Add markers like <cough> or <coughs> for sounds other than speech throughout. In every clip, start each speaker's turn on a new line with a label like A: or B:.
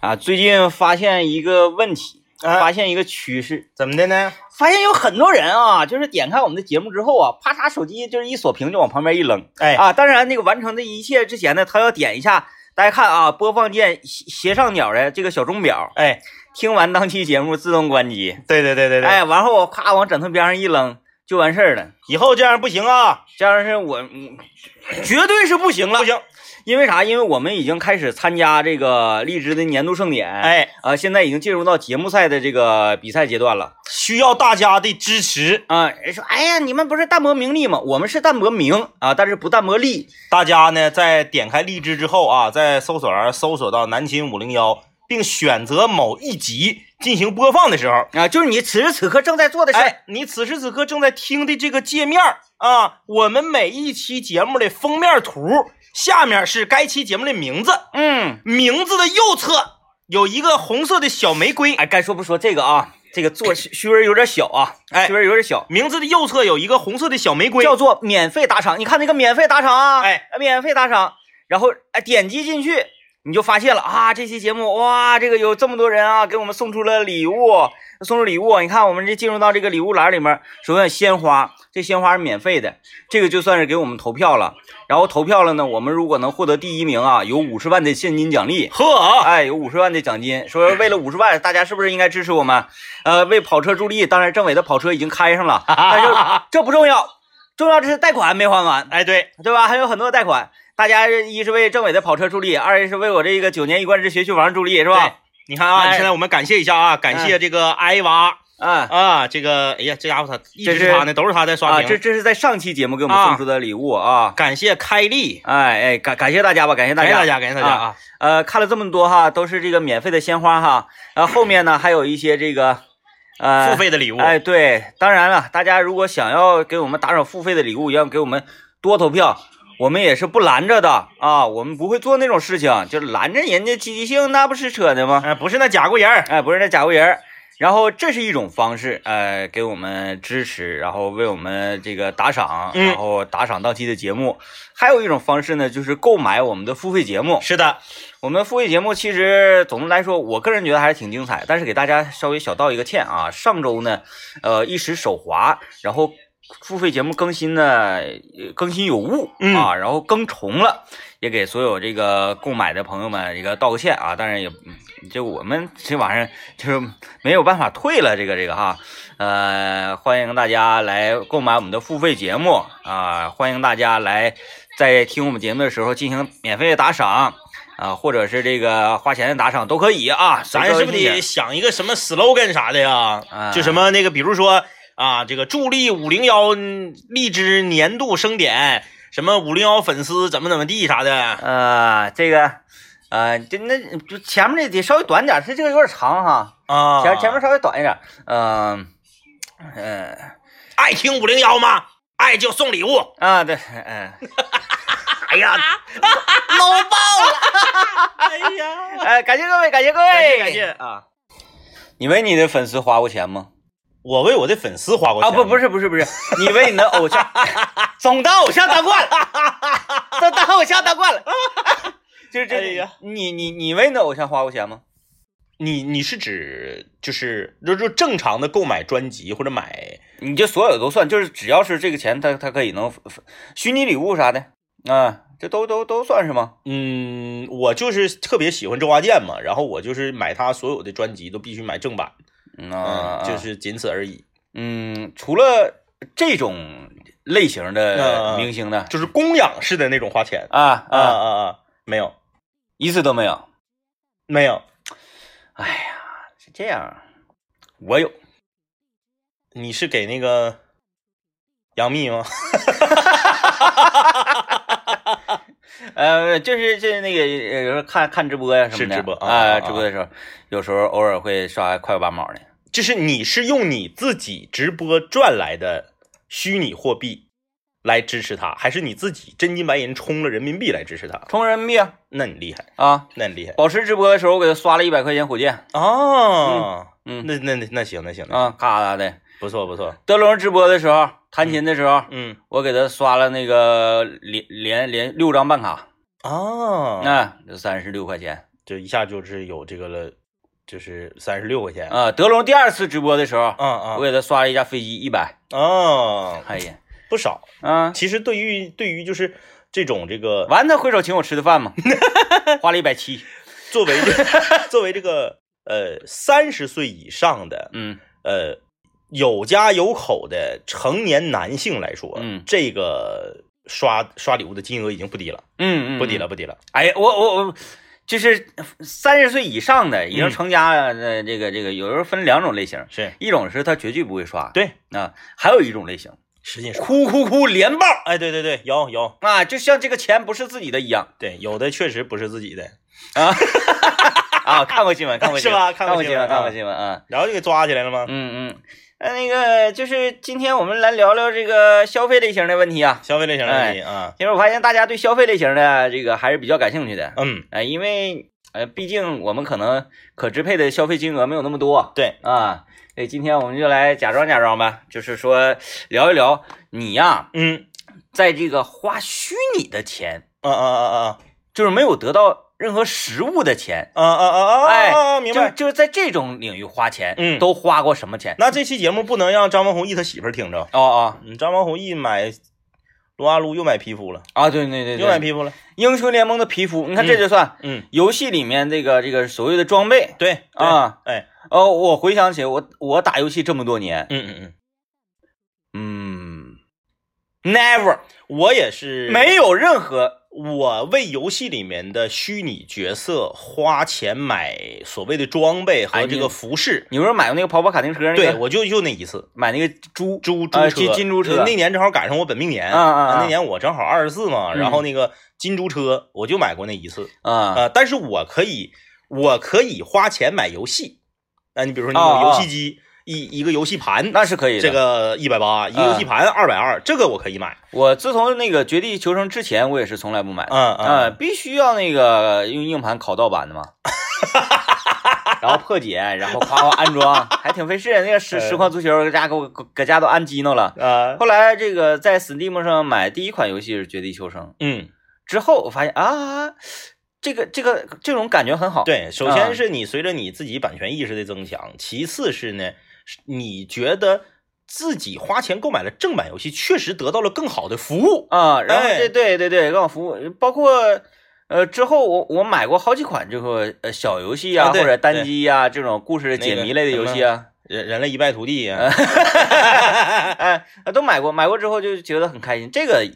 A: 啊，最近发现一个问题，
B: 哎
A: 发现一个趋势，
B: 怎么的呢？
A: 发现有很多人啊，就是点开我们的节目之后啊，啪嚓手机就是一锁屏就往旁边一扔，
B: 哎
A: 啊，当然那个完成这一切之前呢，他要点一下，大家看啊，播放键斜斜上角的这个小钟表，
B: 哎，
A: 听完当期节目自动关机，
B: 对对对对对，
A: 哎，完后我咔往枕头边上一扔就完事儿了，
B: 以后这样不行啊，
A: 这样是我嗯绝对是不行了
B: 不，行，
A: 因为啥？因为我们已经开始参加这个荔枝的年度盛典，。
B: 哎，
A: 啊，现在已经进入到节目赛的这个比赛阶段了
B: 需要大家的支持，
A: 啊！人说，哎呀，你们不是淡泊名利吗？我们是淡泊名啊，但是不淡泊利。
B: 大家呢在点开荔枝之后啊，在搜索栏搜索到南秦五零幺，并选择某一集进行播放的时候，
A: 啊，就是你此时此刻正在做的事儿。
B: 哎，你此时此刻正在听的这个界面儿啊，我们每一期节目的封面图下面是该期节目的名字，
A: 嗯，
B: 名字的右侧有一个红色的小玫瑰，
A: 哎，该说不说这个啊，这个做虚虚位有点小啊，
B: 哎
A: 虚位有点小，
B: 名字的右侧有一个红色的小玫瑰，
A: 叫做免费打赏。你看那个免费打赏啊，
B: 哎，
A: 免费打赏，然后哎点击进去。你就发现了啊！这期节目哇，这个有这么多人啊，给我们送出了礼物，送出礼物。你看，我们这进入到这个礼物栏里面，首先有鲜花，这鲜花是免费的，这个就算是给我们投票了。然后投票了呢，我们如果能获得第一名啊，有五十万的现金奖励。
B: 呵啊，
A: 哎，有五十万的奖金，说为了五十万，大家是不是应该支持我们？呃，为跑车助力，当然政委的跑车已经开上了，但是这不重要，重要的是贷款没还完，
B: 哎对，
A: 对吧？还有很多贷款，大家一是为政委的跑车助力，二是为我这个九年一贯制学区房助力，是吧？
B: 你看啊，
A: 哎嗯
B: 你现在我们感谢一下啊，感谢这个艾娃
A: 啊
B: 啊，这个哎呀，这家伙他一直
A: 这
B: 是
A: 是
B: 他呢，都是他在刷
A: 啊，这
B: 屏。
A: 这是在上期节目给我们送出的礼物啊！
B: 感谢开利，
A: 哎哎，感感谢大家吧，感谢大
B: 感谢
A: 家，
B: 大家，感谢大家啊！
A: 呃，看了这么多哈，都是这个免费的鲜花哈，然后后面呢还有一些这个呃
B: 付费的礼物，
A: 哎，对，当然了，大家如果想要给我们打赏付费的礼物，要给我们多投票，我们也是不拦着的啊，我们不会做那种事情，就是拦着人家积极性，那不是扯的吗？
B: 哎，不是那假过人儿，
A: 哎，不是那假过人儿。然后这是一种方式，呃，给我们支持，然后为我们这个打赏，
B: 嗯
A: 然后打赏当期的节目。还有一种方式呢，就是购买我们的付费节目。
B: 是的，
A: 我们付费节目其实总的来说，我个人觉得还是挺精彩，但是给大家稍微小道一个歉啊。上周呢，呃，一时手滑，然后付费节目更新呢呃更新有误
B: 嗯
A: 啊，然后更重了，也给所有这个购买的朋友们一个道个歉啊。当然也，嗯这我们这玩意儿就是没有办法退了，这个这个哈。呃，欢迎大家来购买我们的付费节目啊、欢迎大家来在听我们节目的时候进行免费的打赏啊、或者是这个花钱的打赏都可以啊。
B: 咱是不是得想一个什么 slogan 啥的呀
A: 哎？
B: 就什么那个，比如说啊，这个助力五零幺荔枝年度盛典，什么五零幺粉丝怎么怎么地啥的，
A: 呃，这个呃，就那就前面这得稍微短点，它这个有点长哈，
B: 啊，
A: 前前面稍微短一点，嗯、呃，
B: 爱听五零幺吗？爱就送礼物。
A: 啊，对，嗯、
B: 哎呀， <laughs>
A: 搂爆了，
B: 哎呀，
A: 哎，感谢各位，感谢各位，
B: 感谢感谢。啊！
A: 你为你的粉丝花过钱吗？
B: 我为我的粉丝花过
A: 啊，
B: 钱
A: 不，不
B: 是，
A: 是，不是，不是，你为你的偶像，总当偶像当惯了，都当偶像当惯了，就是这
B: 哎呀
A: 你你你为你的偶像花过钱吗？
B: 你你是指就是就就正常的购买专辑或者买
A: 你就所有都算，就是只要是这个钱，他他可以能虚拟礼物啥的啊，这都都都算是吗？
B: 嗯，我就是特别喜欢周华健嘛，然后我就是买他所有的专辑都必须买正版，
A: 嗯
B: 嗯
A: 啊，，
B: 就
A: 啊
B: 是仅此而已，
A: 嗯，除了这种类型
B: 啊
A: 的
B: 啊
A: 明星呢，
B: 就是供养式的那种花钱
A: 啊
B: 啊
A: 啊，
B: 啊啊，没有
A: 一次都没有。
B: 没有，
A: 哎呀，是这样，我有，
B: 你是给那个杨幂吗？
A: <laughs> 呃，就是就是那个呃有时候看看直播呀、什么的，
B: 是直播啊
A: 啊、
B: 啊啊
A: 直播的时候，有时候偶尔会刷快八毛的。
B: 就是你是用你自己直播赚来的虚拟货币来支持他，还是你自己真金白银充了人民币来支持他？
A: 充人民币啊
B: 那你厉害，
A: 啊！
B: 那你厉害
A: 保持直播的时候，我给他刷了一百块钱火箭
B: 哦。
A: 嗯嗯
B: 那那那那行那行，那行
A: 啊，咔哒的。
B: 不错不错，
A: 德龙直播的时候，弹琴的时候，
B: 嗯
A: 我给他刷了那个连连连六张办卡，
B: 哦，
A: 啊，三十六块钱。
B: 就一下就是有这个了，就是三十六块钱。
A: 啊，德龙第二次直播的时候，我
B: 嗯
A: 给他刷了一架飞机一百，
B: 嗯啊，
A: 哎呀，
B: 不少。
A: 啊，
B: 其实对于对于就是这种这个
A: 完他回手请我吃的
B: <laughs>
A: 饭嘛，花了一百七，
B: 作为这作为这个 <laughs> 呃三十岁以
A: <laughs>
B: 上的
A: 嗯
B: 呃有家有口的成年男性来说，
A: 嗯
B: 这个刷刷礼物的金额已经不低了，
A: 嗯嗯，
B: 不低
A: 嗯
B: 了，不低了。
A: 哎呀，我我我，就是三十岁以上的已经
B: 嗯
A: 成家了的这个这个，有时候分两种类型，
B: 是
A: 一种是他绝对不会刷，
B: 对，
A: 啊，还有一种类型，
B: 使劲刷。
A: 哭哭哭连爆
B: 哎，对对对，有有，
A: 啊，就像这个钱不是自己的一样 <laughs>
B: 对，有的确实不是自己的，
A: 啊。看过新闻，看过新闻
B: 是吧
A: 看
B: 看过
A: 新
B: 新
A: 闻，
B: 闻
A: 看过新闻啊。
B: 然后就给抓起来了吗？
A: 嗯嗯，那那个就是今天我们来聊聊这个消费类型的问题啊。
B: 消费类型的问题啊，
A: 其实我发现大家对消费类型的这个还是比较感兴趣的，
B: 嗯，
A: 啊，因为呃，毕竟我们可能可支配的消费金额没有那么多，
B: 对，
A: 啊，所以今天我们就来假装假装吧，就是说聊一聊你呀、
B: 嗯，
A: 在这个花虚拟的钱，
B: 啊啊啊啊啊
A: 就是没有得到任何实物的钱，
B: 啊啊啊啊，
A: 哎
B: 啊明
A: 就
B: 白。
A: 就是在这种领域花钱，
B: 嗯
A: 都花过什么钱？
B: 那这期节目不能让张文宏毅他媳妇儿听着，
A: 哦哦
B: 嗯，张文宏毅买撸啊撸又买皮肤了，
A: 啊，对对对
B: 又买
A: 对，
B: 皮肤了，
A: 英雄联盟的皮肤，你看这就算。
B: 嗯，
A: 游戏里面这个这个所谓的装备，
B: 对对
A: 啊
B: 哎，
A: 哦，我回想起我我打游戏这么多年，
B: 嗯嗯嗯，
A: 嗯，never
B: 我也是
A: 没有任何
B: 我为游戏里面的虚拟角色花钱买所谓的装备
A: 哎
B: 和这
A: 你
B: 个服饰，
A: 你不是买过那个跑跑卡丁车那个？
B: 对我就就那一次。
A: 买那个猪
B: 猪猪
A: 啊
B: 车，
A: 金金猪车
B: 那年正好赶上我本命年
A: 啊啊啊
B: 那年我正好二十四嘛，
A: 嗯
B: 然后那个金猪车我就买过那一次
A: 啊
B: 呃，但是我可以我可以花钱买游戏，啊，你比如说那
A: 哦
B: 个
A: 哦
B: 游戏机一一个游戏盘，
A: <laughs> 那是可以的。啊
B: 这个一百八，一个游戏盘二百二，这个我可以买，
A: 我自从那个绝地求生之前，我也是从来不买的。
B: 嗯
A: 啊，
B: 嗯
A: 必须要那个用硬盘拷盗版的
B: <laughs>
A: 嘛，然后破解，然后夸夸安装，还挺费事。那个实
B: 呃
A: 实况足球搁家给我搁家都安激怒了。
B: 啊
A: 后来这个在 Steam 上买第一款游戏是《绝地求生》，
B: 嗯，
A: 之后我发现啊，这个这个这种感觉很好。，
B: 对，首
A: 啊
B: 先是你随着你自己版权意识的增强，其次是呢，是你觉得。自己花钱购买了正版游戏，确实得到了更好的服务。
A: 啊，然后
B: 哎
A: 对对对对，各种服务，包括呃之后我我买过好几款这个呃小游戏啊，
B: 啊
A: 或
B: 对
A: 者单机啊这种故事
B: 个
A: 解谜类的游戏啊，
B: 人人类一败涂地啊呀、
A: <laughs> 哎啊都买过，买过之后就觉得很开心。这个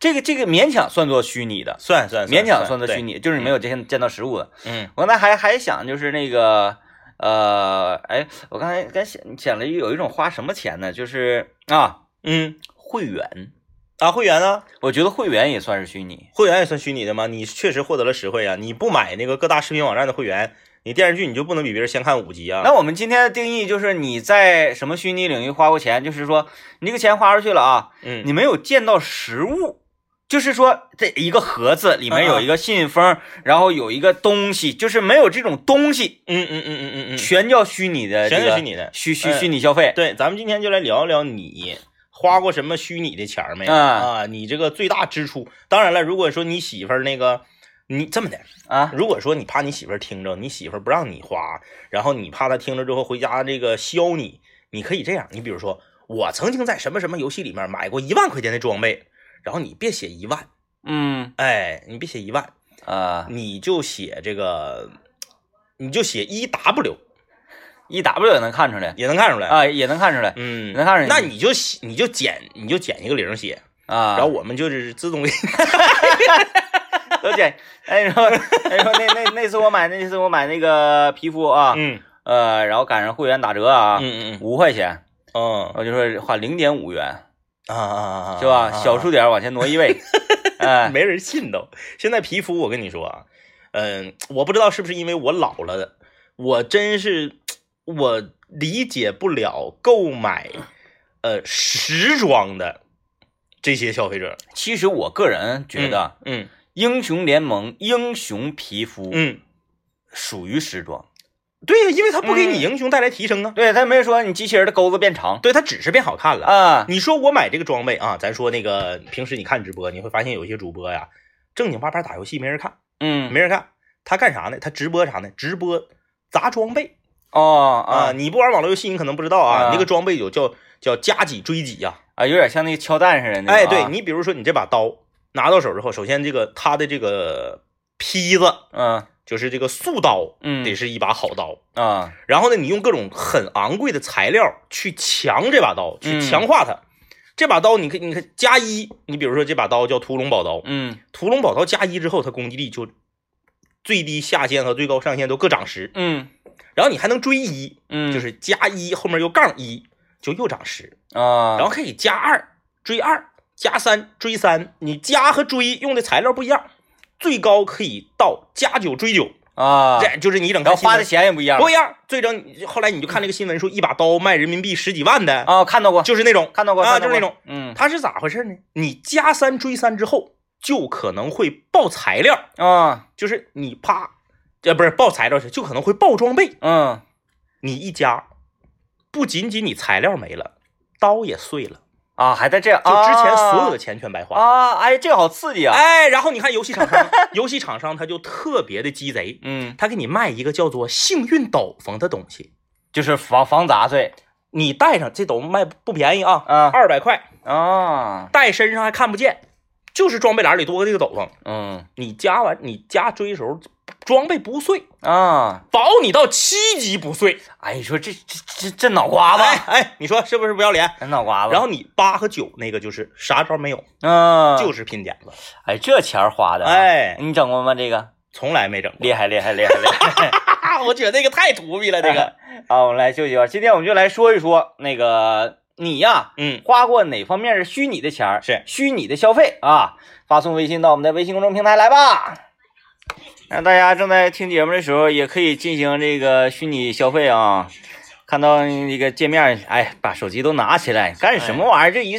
A: 这个这个勉强算作虚拟的，
B: 算算
A: 勉强算作
B: 对
A: 虚拟，就是你没有见见到实物的。
B: 嗯
A: 我刚才还还想就是那个。呃，哎，我刚才刚想想了一有一种花什么钱呢？就是啊，
B: 嗯
A: 会员，
B: 啊，会员呢？
A: 我觉得会员也算是虚拟。
B: 会员也算虚拟的吗？你确实获得了实惠啊！你不买那个各大视频网站的会员，你电视剧你就不能比别人先看五集啊？
A: 那我们今天的定义就是你在什么虚拟领域花过钱，就是说你这个钱花出去了啊，
B: 嗯
A: 你没有见到实物，就是说这一个盒子
B: 嗯
A: 里面有一个信封，然后有一个东西，就是没有这种东西，
B: 嗯嗯嗯嗯嗯嗯，
A: 全叫虚拟的、这
B: 全
A: 个，
B: 是虚拟的。
A: 虚虚
B: 哎
A: 虚拟消费。
B: 对，咱们今天就来聊一聊你花过什么虚拟的钱儿没？
A: 啊
B: 啊，你这个最大支出。当然了，如果说你媳妇儿那个，你这么的，
A: 啊，
B: 如果说你怕你媳妇儿听着，你媳妇儿不让你花，然后你怕她听着之后回家这个削你，你可以这样，你比如说，我曾经在什么什么游戏里面买过一万块钱的装备，然后你别写一万，
A: 嗯
B: 哎，你别写一万，
A: 啊
B: 你就写这个，你就写 E W
A: ，E W 也能看出来
B: 也能看出来。
A: 啊，也能看出来
B: 嗯，
A: 能看出来
B: 那你就写，你就减，你就减一个零写，
A: 啊。
B: 然后我们就是 <laughs> 自动给你，
A: <laughs> 都姐，哎，你说，哎，你说那那那次我买那次我买那个皮肤啊，
B: 嗯
A: 呃，然后赶上会员打折啊，
B: 嗯嗯
A: 五块钱。
B: 嗯，
A: 呃我就说花零点五元
B: 啊啊啊，
A: 是吧？
B: 啊
A: 小数点往前挪一
B: <laughs>
A: 位，哎，
B: 没人信都。现在皮肤，我跟你说啊，嗯，我不知道是不是因为我老了的，我真是我理解不了购买呃时装的这些消费者，
A: 其实我个人觉得，
B: 嗯
A: 英雄联盟英雄皮肤
B: 嗯，
A: 属于时装，
B: 对呀，因为他不给
A: 嗯
B: 你英雄带来提升啊，
A: 对他没说你机器人的钩子变长
B: 对他只是变好看了。
A: 啊，
B: 你说我买这个装备啊，咱说那个平时你看直播，你会发现有一些主播呀，正经八百打游戏没人看，
A: 嗯，
B: 没人看。他干啥呢？他直播啥呢？直播砸装备
A: 哦
B: 啊！你不玩网络游戏，你可能不知道啊。
A: 啊
B: 你那个装备有叫叫加几追几呀、
A: 啊，有点像那个敲蛋似的那种啊。
B: 哎，对你比如说你这把刀拿到手之后，首先这个它的这个坯子
A: 嗯
B: 就是这个素刀，
A: 嗯
B: 得是一把好刀。
A: 啊
B: 然后呢，你用各种很昂贵的材料去强这把刀，去
A: 嗯
B: 强化它。这把刀你可以你看加一，你比如说这把刀叫屠龙宝刀，
A: 嗯
B: 屠龙宝刀加一之后，它攻击力就最低下限和最高上限都各涨十，
A: 嗯
B: 然后你还能追一，
A: 嗯，
B: 就是加一后面又杠一，就又涨十，
A: 啊，
B: 然后可以加二追二，加三追三，你加和追用的材料不一样，最高可以到加九追九，
A: 啊，
B: 这就是你整
A: 然
B: 个
A: 后花的钱也不一样
B: 不一样。最整后来你就看那个新闻说，一把刀卖人民币十几万的，
A: 啊，看到过，
B: 就是那种，
A: 看到过
B: 啊
A: 看到
B: 就是那
A: 过
B: 种
A: 嗯
B: 它是咋回事呢？你加三追三之后，就可能会爆材料。
A: 啊
B: 就是你啪，呃，不是爆材料去，就可能会爆装备。
A: 嗯
B: 你一加，不仅仅你材料没了，刀也碎了，
A: 啊，还在这样，
B: 就之前所有
A: 啊
B: 的钱全白花。
A: 啊，哎，这个好刺激啊，
B: 哎，然后你看游戏厂商，游戏厂商他就特别的鸡贼，
A: 嗯，
B: 他给你卖一个叫做幸运斗篷的东西，
A: 就是防防砸碎
B: 你带上这斗篷卖不便宜啊，
A: 啊
B: 二百块，
A: 啊，
B: 带身上还看不见，就是装备栏里多个这个斗篷，
A: 嗯
B: 你加完你加追的时候，装备不碎，
A: 啊，
B: 保你到七级不碎。
A: 哎，你说这这这这脑瓜
B: 哎
A: 子，
B: 哎，你说是不是不要脸？
A: 这脑瓜子，
B: 然后你八和九那个就是啥招没有，
A: 嗯，
B: 就是拼点子，
A: 哎，这钱儿花的，，
B: 哎，
A: 你整过吗？这个
B: 从来没整过。
A: 厉害厉害厉害厉害。 <laughs>
B: 啊，我觉得那个太土逼了，这个，
A: 啊，我们来休息一会儿。今天我们就来说一说那个你呀，
B: 嗯，
A: 花过哪方面是虚拟的钱儿，
B: 是
A: 虚拟的消费啊？发送微信到我们的微信公众平台来吧。那大家正在听节目的时候，也可以进行这个虚拟消费啊。看到那个界面，哎，把手机都拿起来，干什么玩意儿？这一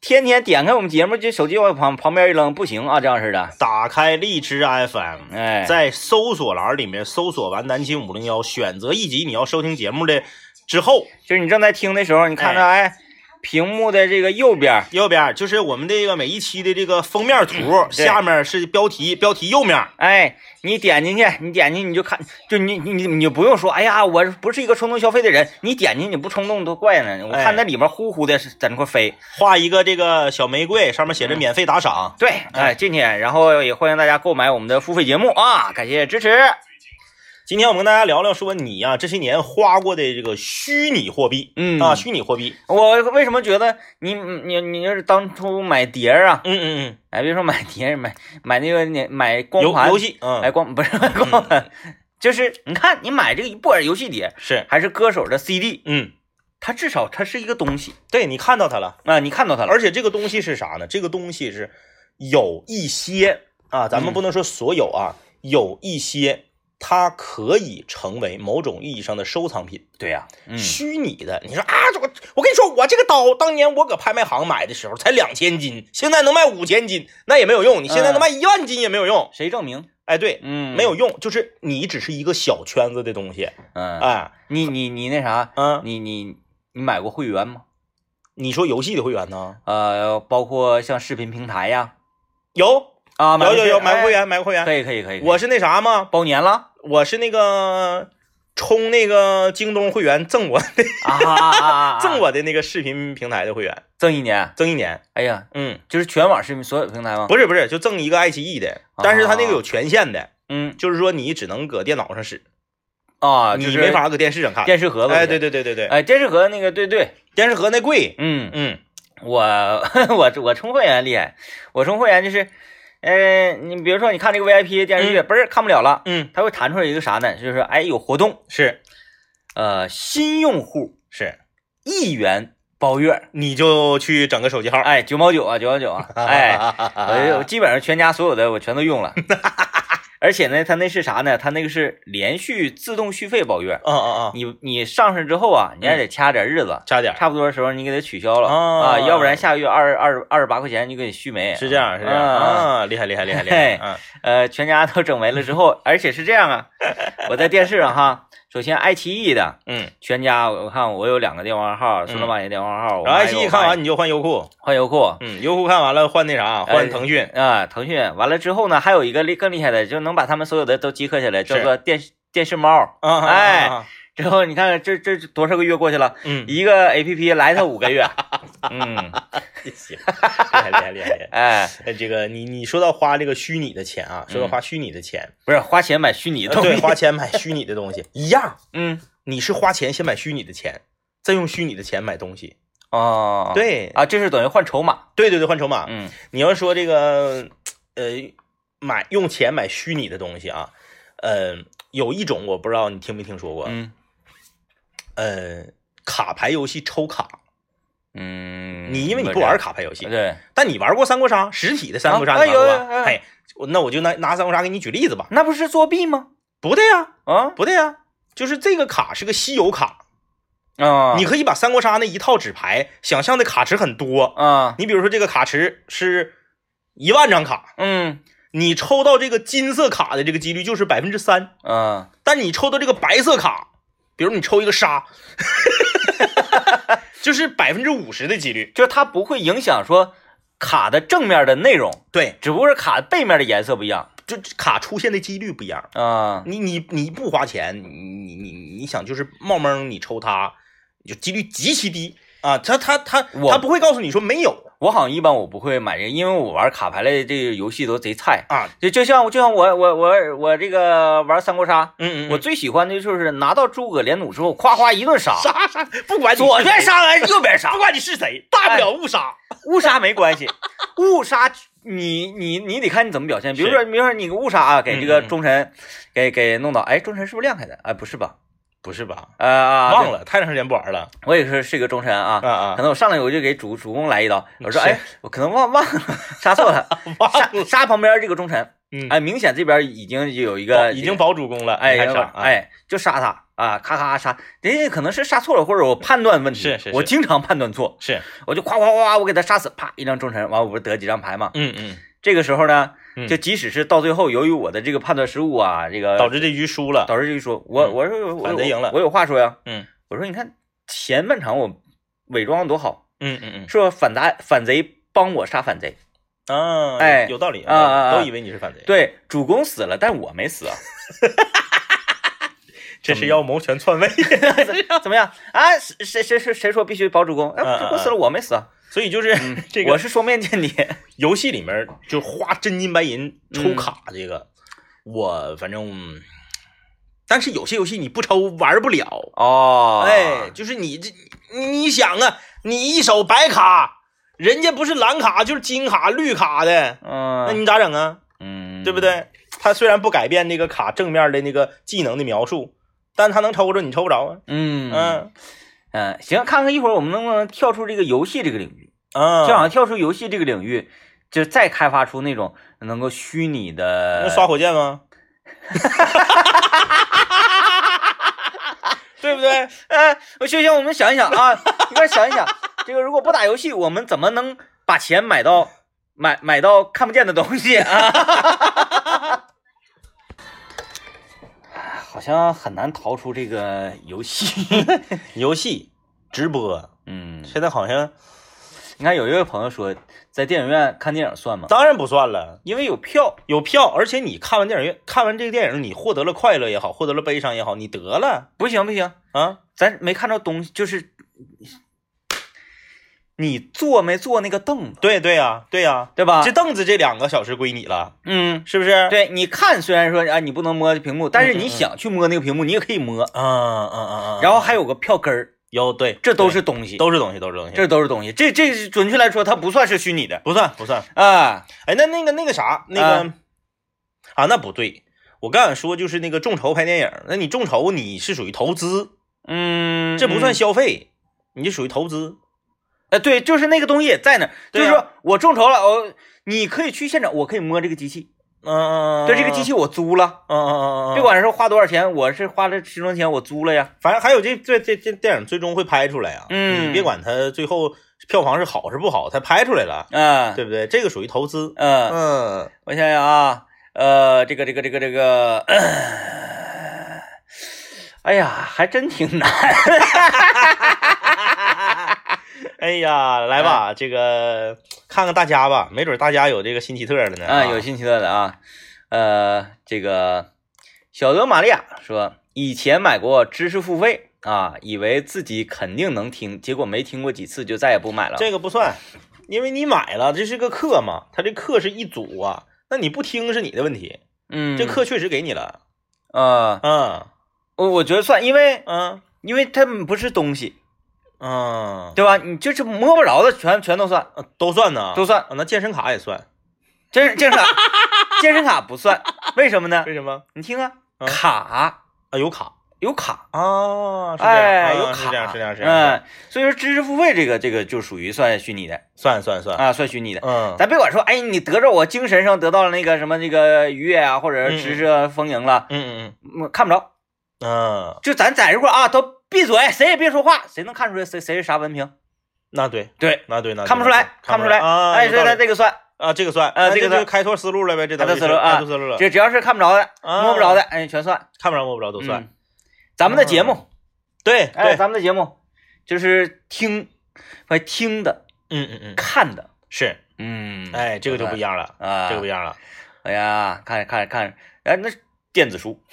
A: 天天点开我们节目，这手机往旁旁边一扔，不行啊，这样似的。
B: 打开荔枝 FM，
A: 哎，
B: 在搜索栏里面搜索完南青五零幺，选择一集你要收听节目的之后，
A: 就是你正在听的时候，你看到哎，屏幕的这个右边儿，
B: 右边就是我们这个每一期的这个封面图，
A: 对
B: 下面是标题，标题右面，
A: 哎，你点进去，你点进去你就看，就你你你你不用说，哎呀，我不是一个冲动消费的人，你点进去你不冲动多怪呢。我
B: 哎
A: 看那里面呼呼的是在那块飞，
B: 画一个这个小玫瑰，上面写着免费打赏。
A: 对，哎，进去，然后也欢迎大家购买我们的付费节目啊，感谢支持。
B: 今天我们跟大家聊聊说你呀、这些年花过的这个虚拟货币，
A: 嗯
B: 啊，虚拟货币，
A: 我为什么觉得你你你要是当初买碟儿啊，
B: 嗯嗯嗯。
A: 哎，别说买碟儿，买买那个你买光
B: 游
A: 盘
B: 游，戏，嗯，
A: 哎，光不是光盘，就是你看你买这个一波尔游戏碟
B: 是，
A: 还是歌手的 CD，
B: 嗯，
A: 它至少它是一个东西
B: 对你看到它了，
A: 啊，你看到它了，
B: 而且这个东西是啥呢？这个东西是有一些啊，咱们
A: 嗯
B: 不能说所有啊，有一些它可以成为某种意义上的收藏品，
A: 对呀、嗯。
B: 虚拟的。你说啊，我我跟你说，我这个刀当年我搁拍卖行买的时候才两千斤，现在能卖五千斤，那也没有用，你现在能卖一万斤也没有用，
A: 谁证明？
B: 哎，对。
A: 嗯
B: 没有，用，就是你只是一个小圈子的东西，
A: 嗯，
B: 哎，
A: 你你你那啥，
B: 嗯，
A: 你你你买过会员吗？
B: 你说游戏的会员呢？
A: 呃，包括像视频平台呀，
B: 有，
A: 啊，
B: 有有有，买过会
A: 员，
B: 员，买过
A: 哎
B: 会员。
A: 可以可以可以，可以
B: 我是那啥嘛，
A: 包年了
B: 我是那个充那个京东会员赠我的
A: 啊啊啊啊啊
B: <laughs> 赠我的那个视频平台的会员，
A: 赠一年，
B: 赠一年。
A: 哎呀，
B: 嗯，
A: 就是全网视频所有平台吗？
B: 不是不是，就赠一个爱奇艺的，
A: 啊
B: 但是它那个有权限的，
A: 嗯
B: 就是说你只能搁电脑上使，
A: 啊，就
B: 你
A: 是
B: 没法搁电视上看。
A: 电视盒子，
B: 哎，对，对对对对，
A: 哎，电视盒那个，对对，
B: 电视盒那贵。
A: 嗯，
B: 嗯
A: 我 <laughs> 我我充会员厉害，我充会员就是，呃，你比如说你看这个 VIP 电视剧，嘣儿看不了了，
B: 嗯，
A: 它会弹出来一个啥呢？就是哎有活动，
B: 是
A: 呃，新用户
B: 是，
A: 一元包月，
B: 你就去整个手机号。
A: 哎，九毛九啊，九毛九
B: <laughs>
A: 啊，哎，我我基本上全家所有的我全都
B: <laughs>
A: 用了，而且呢，它那是啥呢？它那个是连续自动续费包月，
B: 嗯嗯嗯，
A: 你你上市之后啊，你还得掐点日子，
B: 差点儿。
A: 差不多的时候你给它取消了
B: 啊
A: 啊，要不然下个月二二二十八块钱就给你续没，
B: 是这样，是这样
A: 啊，
B: 啊，厉害厉害厉害厉害！嗯 <laughs>
A: 啊呃，全家都整没了之后，而且是这样啊，我在电视上哈首先爱奇艺的
B: 嗯，
A: 全家，我看我有两个电话号，孙老板也电话号，我
B: 然后
A: 妈
B: 爱奇
A: 有
B: 艺看完你就换优酷，
A: 换优酷。
B: 嗯，优酷看完了换那啥，换腾讯，
A: 啊，腾讯完了之后呢，还有一个厉更厉害的，就能把他们所有的都集合起来，叫
B: 是
A: 做电视电视猫。
B: 啊，
A: 哎
B: 啊，
A: 之后你看这这多少个月过去了，
B: 嗯，
A: 一个 A P P 来它五个月，嗯，
B: 行， <laughs> 厉害厉害厉害厉害。
A: 哎，
B: 哎，这个你你说到花这个虚拟的钱啊，说到花虚拟的 <laughs> 钱，
A: 不是花钱买虚拟的
B: 呃
A: 东
B: 对，
A: 西，
B: 花钱买虚拟的东西一样，
A: 嗯，
B: 你是花钱先买虚拟的钱，再用虚拟的钱买东西。
A: 哦，
B: 对，
A: 啊，这是等于换筹码，
B: 对对对，换筹码。
A: 嗯
B: 你要说这个，呃，买用钱买虚拟的东西啊，呃，有一种我不知道你听没听说过，
A: 嗯
B: 呃，卡牌游戏抽卡。
A: 嗯，
B: 你因为
A: 明
B: 你
A: 白
B: 不玩卡牌游戏，
A: 对，
B: 但你玩过三国杀实体的三国杀，
A: 啊
B: 你玩
A: 哎有
B: 过
A: 有有
B: 吧？哎，我那我就拿拿三国杀给你举例子吧。
A: 那不是作弊吗？
B: 不对呀、
A: 啊
B: 不对呀、就是这个卡是个稀有卡，
A: 啊，
B: 你可以把三国杀那一套纸牌想象的卡池很多。
A: 啊，
B: 你比如说这个卡池是一万张卡，
A: 嗯
B: 你抽到这个金色卡的这个几率就是百分之三，
A: 啊，
B: 但你抽到这个白色卡，比如你抽一个杀， <laughs> 就是百分之五十的几率。
A: 就是它不会影响说卡的正面的内容，
B: 对，
A: 只不过是卡背面的颜色不一样
B: 就卡出现的几率不一样。
A: 啊。
B: 你你你不花钱，你你你你想就是冒蒙你抽它，就几率极其低啊！他他他
A: 我
B: 他不会告诉你说没有
A: 我好像一般我不会买这个，因为我玩卡牌类这个游戏都贼菜。
B: 啊，
A: 就就像就像我我我我这个玩三国杀，
B: 嗯
A: 我
B: 我
A: 最喜欢的就是拿到诸葛连弩之后，夸夸一顿杀，
B: 杀杀不管你是
A: 左边
B: 谁，
A: 杀完右边杀
B: 不，管你是谁，
A: 哎
B: 大不了误杀。
A: 误杀没关系，误杀你你你得看你怎么表现。比如说，比如说你个误杀啊，给这个
B: 嗯嗯嗯
A: 忠臣，给给弄到，哎，忠臣是不是亮开的？哎，不是吧？
B: 不是吧？
A: 呃啊，
B: 忘
A: 对，
B: 了，太长时间不玩了
A: 我也是是一个忠臣啊。
B: 啊啊
A: 可！ <laughs> 能我上来我就给主主公来一刀，我说
B: 是
A: 哎，我可能忘忘了， <laughs> 杀错了，
B: <laughs>
A: 杀杀旁边这个忠臣，
B: 嗯，
A: 哎，明显这边已经有一
B: 保
A: 个
B: 已经保主公了，
A: 哎，
B: 你还
A: 人
B: 杀
A: 家
B: 啊？
A: 哎，就杀他啊，咔咔杀，人家可能是杀错了，或者我判断问题，
B: 是是是
A: 我经常判断错，
B: 是，
A: 我就夸夸夸，我给他杀死，啪，一张忠臣，完我不是得几张牌嘛，
B: 嗯嗯，
A: 这个时候呢，
B: 嗯
A: 就即使是到最后，由于我的这个判断失误啊，这个
B: 导致这局输了。
A: 导致这一说，我
B: 嗯
A: 我说我
B: 反贼赢了
A: 我有话说呀，
B: 嗯，
A: 我说你看前半场我伪装得多好，
B: 嗯嗯
A: 是吧？反贼反贼帮我杀反贼，
B: 嗯啊，
A: 哎
B: 有道理
A: 啊啊啊
B: 都以为你是反贼，，
A: 对，主公死了，但我没死啊，
B: 这是要谋权
A: <laughs>
B: 篡位。 <laughs> 哎
A: 怎么样啊？谁谁谁谁谁说必须保主公？哎、
B: 嗯嗯
A: 主公死了，我没死啊，
B: 所以就是这
A: 我
B: 个
A: 是双面间
B: <laughs>
A: 谍。
B: 游戏里面就花真金白银抽卡这个，我反正，但是有些游戏你不抽玩不了。
A: 哦，
B: 哎，，就是你这，你你想啊，你一手白卡，人家不是蓝卡就是金卡、绿卡的，那
A: 嗯
B: 你咋整啊？
A: 嗯，
B: 对不？对？他虽然不改变那个卡正面的那个技能的描述，但他能抽着，你抽不着啊。
A: 嗯嗯
B: 嗯
A: 嗯，行，看看一会儿我们能不能跳出这个游戏这个领域。
B: 嗯，
A: 就好像跳出游戏这个领域，就再开发出那种能够虚拟
B: 那
A: 的
B: 刷火箭吗？对不对？
A: 哎，我学行，我们想一想啊，一块儿想一 <laughs> 想，这个如果不打游戏，我们怎么能把钱买到买买到看不见的东西 <laughs> 啊？好像很难逃出这个游戏。
B: 游戏直播
A: 嗯，
B: 现在好像
A: 你看有一位朋友说，在电影院看电影算吗？
B: 当然不算了。
A: 因为有票。
B: 有票，而且你看完电影院，看完这个电影，你获得了快乐也好，获得了悲伤也好，你得了
A: 不行不行，
B: 啊！
A: 咱没看着东西，就是你坐没坐那个凳子，
B: 对对呀、对呀、
A: 对吧
B: 这？凳子这两个小时归你了，
A: 嗯，
B: 是不是？，
A: 啊 <laughs> 对，你看虽然说啊你不能摸屏幕，但是
B: 嗯嗯
A: 你
B: 嗯
A: 想去摸那个屏幕，你也可以摸。
B: 嗯嗯嗯嗯。
A: 然后还有个票根儿，
B: 有对，
A: 这都
B: 对
A: 是东西，
B: 都是东西，都是东西，
A: 这都是东西。这这是准确来说，它不算是虚拟的
B: 不算不算。
A: 啊。
B: 哎，那那个那个啥，那个啊那不对。我刚想说就是那个众筹拍电影，那你众筹你是属于投资，
A: 嗯，
B: 这不算
A: 嗯。
B: 消费，你就属于投资。
A: 呃，对，就是那个东西也在那儿，就
B: 对啊
A: 是说我众筹了，哦，你可以去现场，我可以摸这个机器，
B: 嗯，
A: 对，这个机，器我租了，
B: 嗯嗯嗯嗯，
A: 别管是花多少钱，我是花了其中钱我租了呀。
B: 反正还有这这这这电影最终会拍出来啊，
A: 嗯
B: 你别管它最后票房是好是不好，它拍出来了，
A: 啊，
B: 对不对？这个属于投资。
A: 嗯。
B: 嗯，
A: 我想 <coughs> 想啊，呃，这个这个这个这个，哎哎呀，还真挺难。
B: <laughs> 哎呀，来吧，这个看看大家吧，没准大家有这个新奇特的呢。
A: 啊，有新奇特的啊，呃，这个小德玛利亚说，以前买过知识付费啊，以为自己肯定能听，结果没听过几次就再也不买了。
B: 这个不算，因为你买了，这是个课嘛，它这课是一组啊，那你不听是你的问题，
A: 嗯，
B: 这课确实给你了，
A: 呃，
B: 嗯
A: 我我觉得算，因为呃
B: 嗯
A: 因为它不是东西，
B: 嗯，
A: 对吧？你就是摸不着的全全都算，
B: 都算呢，
A: 都算
B: 啊。那健身卡也算，
A: 健身健
B: <laughs>
A: 身卡健身卡不算，为什么呢？
B: 为什么？
A: 你听啊，
B: 嗯
A: 卡
B: 啊，有卡
A: 有卡。
B: 啊，是这样，
A: 哎，
B: 啊
A: 有
B: 是这样，
A: 卡，
B: 是这样，是这样，
A: 嗯，所以说知识付费这个这个就属于算虚拟的
B: 算算算，
A: 啊，算虚拟的。
B: 嗯，
A: 咱别管说，哎，你得着我精神上得到了那个什么这个愉悦啊，或者是知识啊丰盈了，
B: 嗯嗯
A: 嗯看不着。
B: 嗯嗯，
A: 就咱在这块儿啊，都闭嘴，谁也别说话，谁能看出来谁谁是啥文凭？
B: 那对
A: 对，
B: 那对那对
A: 看不出来，看
B: 看
A: 不出来。
B: 啊，
A: 哎，
B: 有
A: 所以
B: 道
A: 咱
B: 理
A: 这个算，
B: 啊，这个算
A: 呃
B: 那
A: 这个
B: 就
A: 算
B: 开拓思路了呗，这等于
A: 开拓思
B: 是
A: 路啊
B: 开拓思路了，
A: 这只要是看不着的、
B: 啊
A: 摸不着的，哎，全算，
B: 看不着摸不着都算，
A: 嗯咱们的节目，
B: 对
A: 哎，
B: 对，
A: 咱们的节目就是听，哎，听的、
B: 嗯嗯嗯，
A: 看的，
B: 是，
A: 嗯，
B: 哎，这个就不一样了，
A: 啊，
B: 这个不一样了，
A: 哎呀，看看看，哎，那是电子书，
B: <laughs>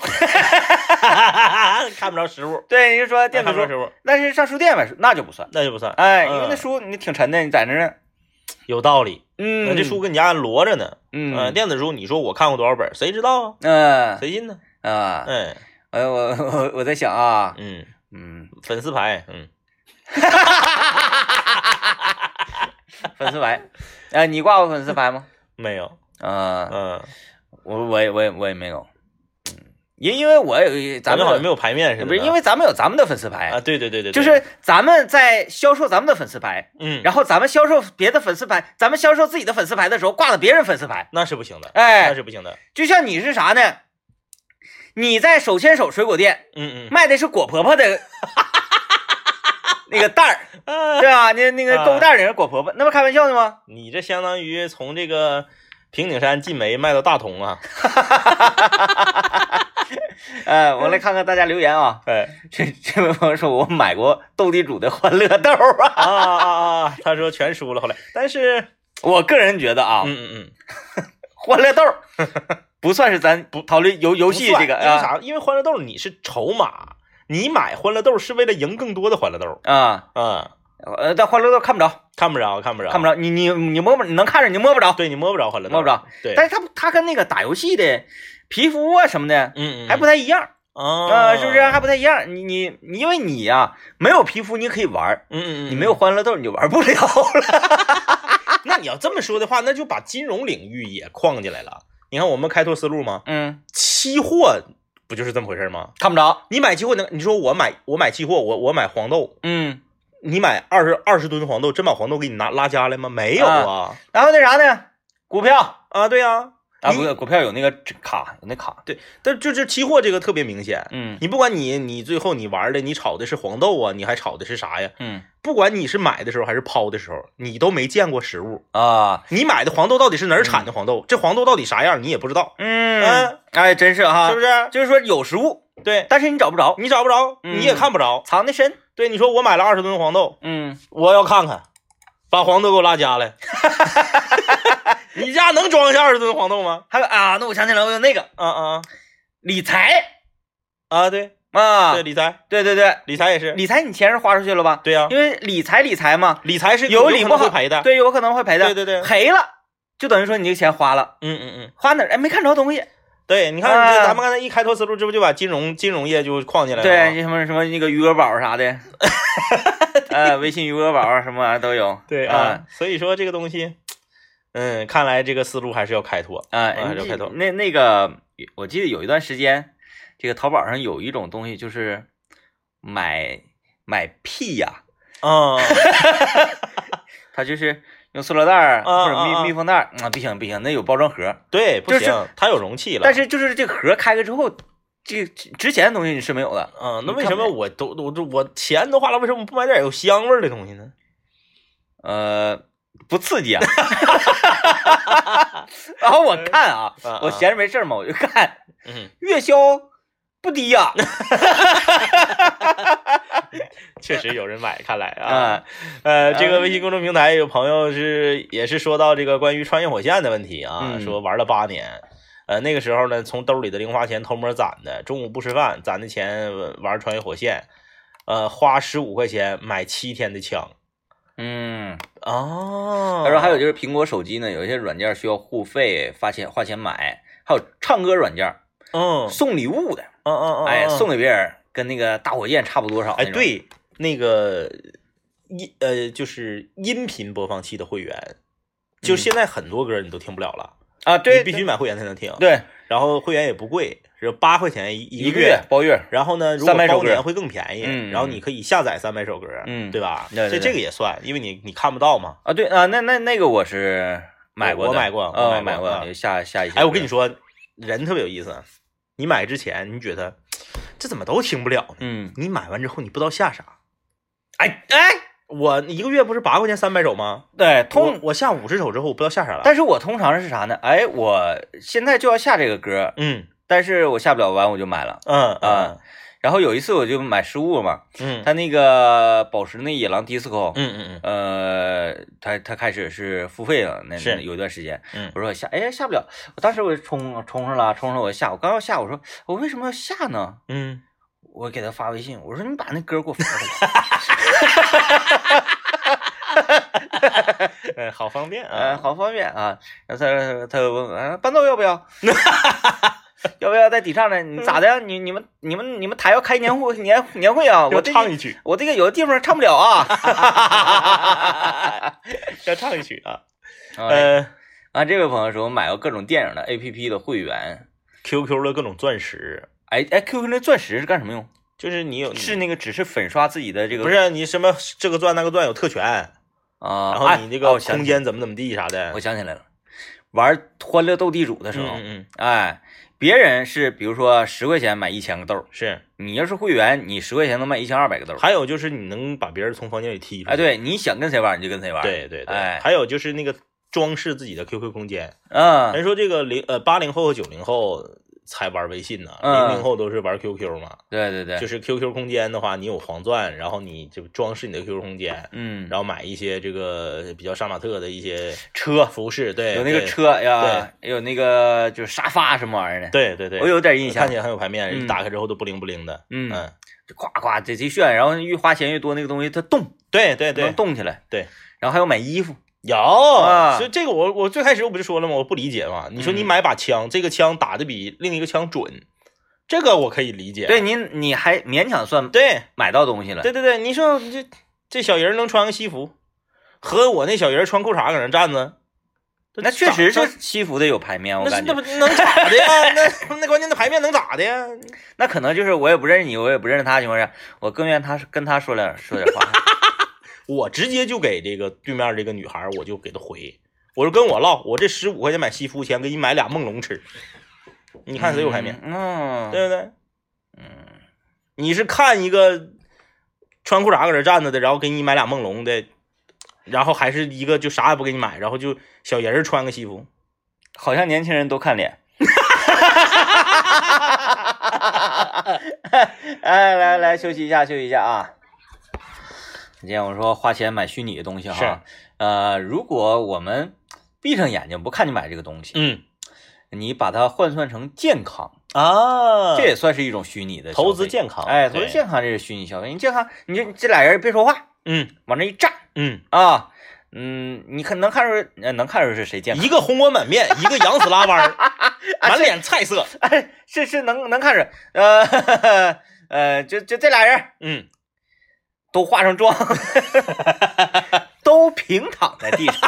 B: 看不着实物，
A: 对，你就说嗯电
B: 啊看
A: 子
B: 不着
A: 书，
B: 实物，
A: 但是上书店买书那就不算。
B: 那就不算，
A: 哎，因
B: 嗯
A: 为那书你挺沉的，你在那儿，
B: 有道理，
A: 嗯
B: 那这书，跟你家摞着呢，
A: 嗯，
B: 嗯，电子书你说我看过多少本，谁知道啊？
A: 嗯
B: 谁信呢？
A: 啊，
B: 哎，
A: 哎，我我我在想啊，
B: 嗯，
A: 嗯，
B: 粉丝牌，嗯，
A: 粉丝牌，哎，你挂过粉丝牌吗？
B: 没有，
A: 啊，
B: 嗯，
A: 我我也我也我也没有，嗯因因为我有咱
B: 咱
A: 们
B: 们好像没
A: 有，
B: 有排面似的，
A: 不是因为咱们有咱们的粉丝
B: 啊，
A: 牌，
B: 对对对对，对
A: 就是咱们在销售咱们的粉丝牌，
B: 嗯，
A: 然后咱们销售别的粉丝牌，咱们销售自己的粉丝牌的时候挂了别人粉丝牌，
B: 那是不行的，那
A: 哎，
B: 是不行的，
A: 就像你是啥呢？你在手牵手水果店。
B: <laughs> 嗯嗯
A: 卖的是果婆婆的那个袋儿，对吧？那那个购物袋儿里是果婆婆，那不开玩笑呢吗？
B: 嗯 <laughs> 你这相当于从这个平顶山晋煤卖到大同啊！
A: 呃，我们来看看大家留言啊。
B: 哎
A: 这这位朋友说，我买过斗地主的欢乐豆 <laughs> 啊。
B: 啊啊啊！ <laughs> 他说全输了，后来，但是，
A: 我个人觉得啊，
B: 嗯嗯嗯，
A: 欢乐豆
B: <laughs>
A: 儿不算是咱不讨论游游
B: 不
A: 戏
B: 算
A: 这个
B: 因为
A: 啊
B: 啥？因为欢乐豆你是筹码，你买欢乐豆是为了赢更多的欢乐豆
A: 啊，
B: 啊、
A: 呃，但欢乐豆看不着，
B: 看不着，看不着，
A: 看不
B: 着，
A: 着，你你你摸不，你能看着，你摸不着，
B: 对你摸不着欢乐豆，
A: 摸不，着。
B: 对，
A: 但是它它跟那个打游戏的皮肤啊什么的
B: 嗯嗯，
A: 还不太一样。
B: 啊、
A: 啊，是不是还不太一样？你你你，因为你呀、没有皮肤，你可以玩儿；
B: 嗯嗯嗯，啊
A: 你没有，欢乐豆，你就玩不了了。
B: 那你要这么说的话，那就把金融领域也框进来了。你看我们开拓思路吗？
A: 嗯，
B: 期货不就是这么回事吗？
A: <laughs> 看不着。
B: 你买期货能，你说我买我买期货，我我买黄豆，
A: 嗯，
B: 你买二十二十吨黄豆，真把黄豆给你拿拉家来吗？没有啊，
A: 然后那啥呢？股票
B: 啊对呀、
A: 啊，
B: 你
A: 不是股票有那个卡，有那卡。
B: 但就是期货这个特别明显，
A: 嗯
B: 你不管你你最后你玩的你炒的是黄豆啊，你还炒的是啥呀？
A: 嗯
B: 不管你是买的时候还是抛的时候，你都没见过实物。
A: 啊
B: 你买的黄豆到底是哪儿产的黄豆？这黄豆到底啥样你也不知道，
A: 嗯
B: 嗯，
A: 哎，真是哈，
B: 是不是？
A: 就是说有实物，
B: 对，
A: 但是你找不着，
B: 你找不着，
A: 嗯
B: 你也看不着。
A: 藏的深。
B: 对，你说我买了二十吨黄豆，
A: 嗯，
B: 我要看看，把黄豆给我拉家 <laughs> 来。你家能装下二十吨黄豆吗？
A: 还有啊，那我想起来，我有那个
B: 啊啊
A: 理财
B: 啊！对，
A: 啊
B: 对，，理财，
A: 对对对，
B: 理财也是，
A: 理财你钱是花出去了吧？
B: 对呀、啊
A: 因为理财理财嘛，
B: 理财是
A: 有
B: 可能
A: 理不好
B: 会赔的，
A: 对，有可能会赔的。
B: 对对对
A: 赔了就等于说你这个钱花了，
B: 嗯嗯嗯，
A: 花哪儿？哎，没看着东西。
B: 对，你看
A: 啊
B: 这咱们刚才一开拓思路，这不就把金融金融业就框进来了
A: 对，什
B: 吗？
A: 么什么那个余额宝啥的， <laughs> 呃，微信余额宝什么玩意儿都 <laughs> 有。呃
B: 对啊，所以说这个东西，嗯，看来这个思路还是要开拓。
A: 啊，
B: 啊
A: 哎
B: 就
A: 你
B: 开头
A: 那那个，我记得有一段时间，这个淘宝上有一种东西就是买买屁呀、
B: 啊，
A: 它就是用塑料袋儿
B: 啊
A: 或者密
B: 啊啊
A: 密封袋儿，啊，不行不行，那有包装盒。
B: <laughs> 对，不
A: 就是
B: 行，它有容器了。
A: 但
B: 是，
A: 是就是这个盒开开之后，这个值钱的东西你是没有的。
B: 嗯，那
A: 你
B: 为
A: 看
B: 什
A: 不
B: 么
A: 见
B: 我都我这我钱都花了，为什么不买点有香味儿的东西呢？
A: 呃，不刺 <laughs> 激啊。然后我看啊，
B: 啊啊
A: 啊我闲着没事儿嘛，我就看
B: 啊嗯
A: 月销不低呀、
B: 确实有人买，看来啊
A: <laughs> <laughs> 啊，
B: 呃，这个微信公众平台有朋友是也是说到这个关于穿越火线的问题啊，
A: 嗯
B: 说玩了八年，呃，那个时候呢，从兜里的零花钱偷摸攒的，中午不吃饭攒的钱呃玩穿越火线，呃，花十五块钱买七天的枪
A: 嗯，
B: 哦，
A: 他说还有就是苹果手机呢，有一些软件需要互费，花钱花钱买，还有唱歌软件
B: 嗯
A: 送礼物的，
B: 嗯嗯嗯，
A: 哎，
B: 嗯
A: 送给别人跟那个大火箭差不多少。
B: 哎，，对，那个音呃，就是音频播放器的会员，就
A: 嗯
B: 现在很多歌你都听不了了，
A: 啊，对，
B: 你必须买会员才能听。
A: 对
B: 然后会员也不贵，是八块钱一
A: 一
B: 一
A: 个
B: 个
A: 月。包月，
B: 然后呢，如果
A: 300首
B: 包
A: 歌
B: 年会更便宜，
A: 嗯
B: 然后你可以下载三百首歌，
A: 嗯
B: 对吧？
A: 对对
B: 这
A: 对
B: 这个也算，因为你你看不到嘛。
A: 啊，对啊，那那那个我是买过的，
B: 我买过我
A: 啊，
B: 买
A: 买
B: 过啊
A: 过，下下一些。
B: 哎，我跟你，说，人特别有意思。你买之前你觉得这怎么都听不了呢？
A: 嗯，
B: 你买完之后你不知道下啥。
A: 哎哎，
B: 我一个月不是八块钱三百首吗？
A: 对，
B: 我
A: 通，
B: 我下五十首之后我不知道下啥了。
A: 但是我通常是啥呢？哎，我现在就要下这个歌，
B: 嗯
A: 但是我下不了完，我就买了。
B: 嗯嗯
A: 啊然后有一次我就买失误嘛，
B: 嗯
A: 他那个宝石那野狼 disco，
B: 嗯嗯嗯
A: 呃，他他开始是付费了，那
B: 是
A: 那有一段时间，
B: 嗯
A: 我说我下，哎下不了，我当时我就冲冲上了，冲上我就下，我刚要下，我说我为什么要下呢？
B: 嗯，
A: 我给他发微信，我说你把那歌给我发过来，
B: 哎，好方便
A: <laughs> 哎，
B: 啊。
A: 好方便啊。然后他他问我，啊伴奏要不要？ <laughs> 要不要在底上呢？你咋的呀？你你们你们你们台要开年会年年会啊？
B: 要
A: 我这
B: 唱一曲，
A: 我这个有的地方唱不了 <laughs> 啊。
B: 要唱一曲 <laughs> 啊。
A: 呃
B: 呃
A: 啊，这位朋友说我买过各种电影的 A P P 的会员，
B: ，QQ 的各种钻石，
A: 哎哎，Q Q 那钻石是干什么用？
B: 就是你有
A: 是那个只是粉刷自己的这个
B: 不是你什么这个钻那个钻有特权，
A: 啊？
B: 然后你这
A: 哎哦
B: 个
A: 我想
B: 空
A: 起
B: 间怎么怎么地啥的
A: 我。想起来了，玩欢乐斗地主的时
B: 嗯
A: 候，
B: 嗯嗯，
A: 哎，别人是比如说十块钱买一千个豆儿，
B: 是。
A: 你要是会员，你十块钱能卖一千二百个豆儿。
B: 还有就是你能把别人从房间里踢出去。
A: 哎，对，你想跟谁玩你就跟谁玩。，
B: 对对对。
A: 哎
B: 还有就是那个装饰自己的 QQ 空间，人
A: 嗯，
B: 说这个零呃八零后和九零后才玩微信呢，
A: 嗯
B: 零零后都是玩 QQ 嘛。
A: 对对对，
B: 就是 QQ 空间的话，你有黄钻，然后你就装饰你的 QQ 空间，
A: 嗯，
B: 然后买一些这个比较杀马特的一些
A: 车
B: 服饰，对，
A: 有那个
B: 对，
A: 车呀，有那个就是沙发什么玩意儿的，
B: 对对对，
A: 我有点印象
B: 看起。来很有牌面，
A: 嗯
B: 一打开之后都不灵不灵的，
A: 嗯
B: 嗯，
A: 就夸夸这这炫，然后越花钱越多，那个东西它动，
B: 对对对
A: 能，动起来。
B: 对，
A: 然后还有买衣服，
B: 有，
A: 啊
B: 所以这个我我最开始我不就说了吗？我不理解嘛，你说你
A: 嗯
B: 买把枪，这个枪打的比另一个枪准，这个我可以理解，
A: 对你你还勉强算
B: 对
A: 买到东西了。
B: 对对对，你说这这小人能穿个西服，和我那小人穿裤衩搁那站着。
A: 那确实
B: 长
A: 是西服得有排面，我
B: 那是
A: 感
B: 那
A: 觉
B: 不能咋的呀？ <laughs> 那那关键那牌面能咋的呀？
A: 那可能就是我也不认识你，我也不认识他的情况下，我更愿他是跟他说两说点话。
B: 我直接就给这个对面这个女孩儿，我就给她回，我说跟我唠，我这十五块钱买西服钱，给你买俩梦龙吃，你 <laughs> 看谁有牌面，
A: 嗯？
B: 对
A: 嗯，
B: 不对？嗯，你是看一个穿裤衩搁这站着的，然后给你买俩梦龙的，然后还是一个就啥也不给你买，然后就小人儿穿个西服，
A: 好像年轻人都看脸。
B: <laughs>
A: <laughs> 哎，来来休息一下，休息一下啊！你见我说花钱买虚拟的东西哈，呃，如果我们闭上眼睛不看你买这个东西，
B: 嗯
A: 你把它换算成健康，
B: 啊
A: 这
B: 这
A: 也算是一种虚拟的
B: 投
A: 消
B: 资
A: 费
B: 健康，
A: 哎，投资
B: 对，
A: 健康这是虚拟消费，你健康，你这这俩人别说话，
B: 嗯
A: 往那一站
B: 嗯。
A: 啊，嗯，你看能看出呃能看出是谁健康，
B: 嗯一个红光满面，一个羊死拉弯 <laughs> 儿，满脸菜 <laughs> 色。
A: 哎，是是能能看出，呃呃，就就这俩人
B: 嗯，
A: 都化上
B: <laughs>
A: 妆，都平躺在地上，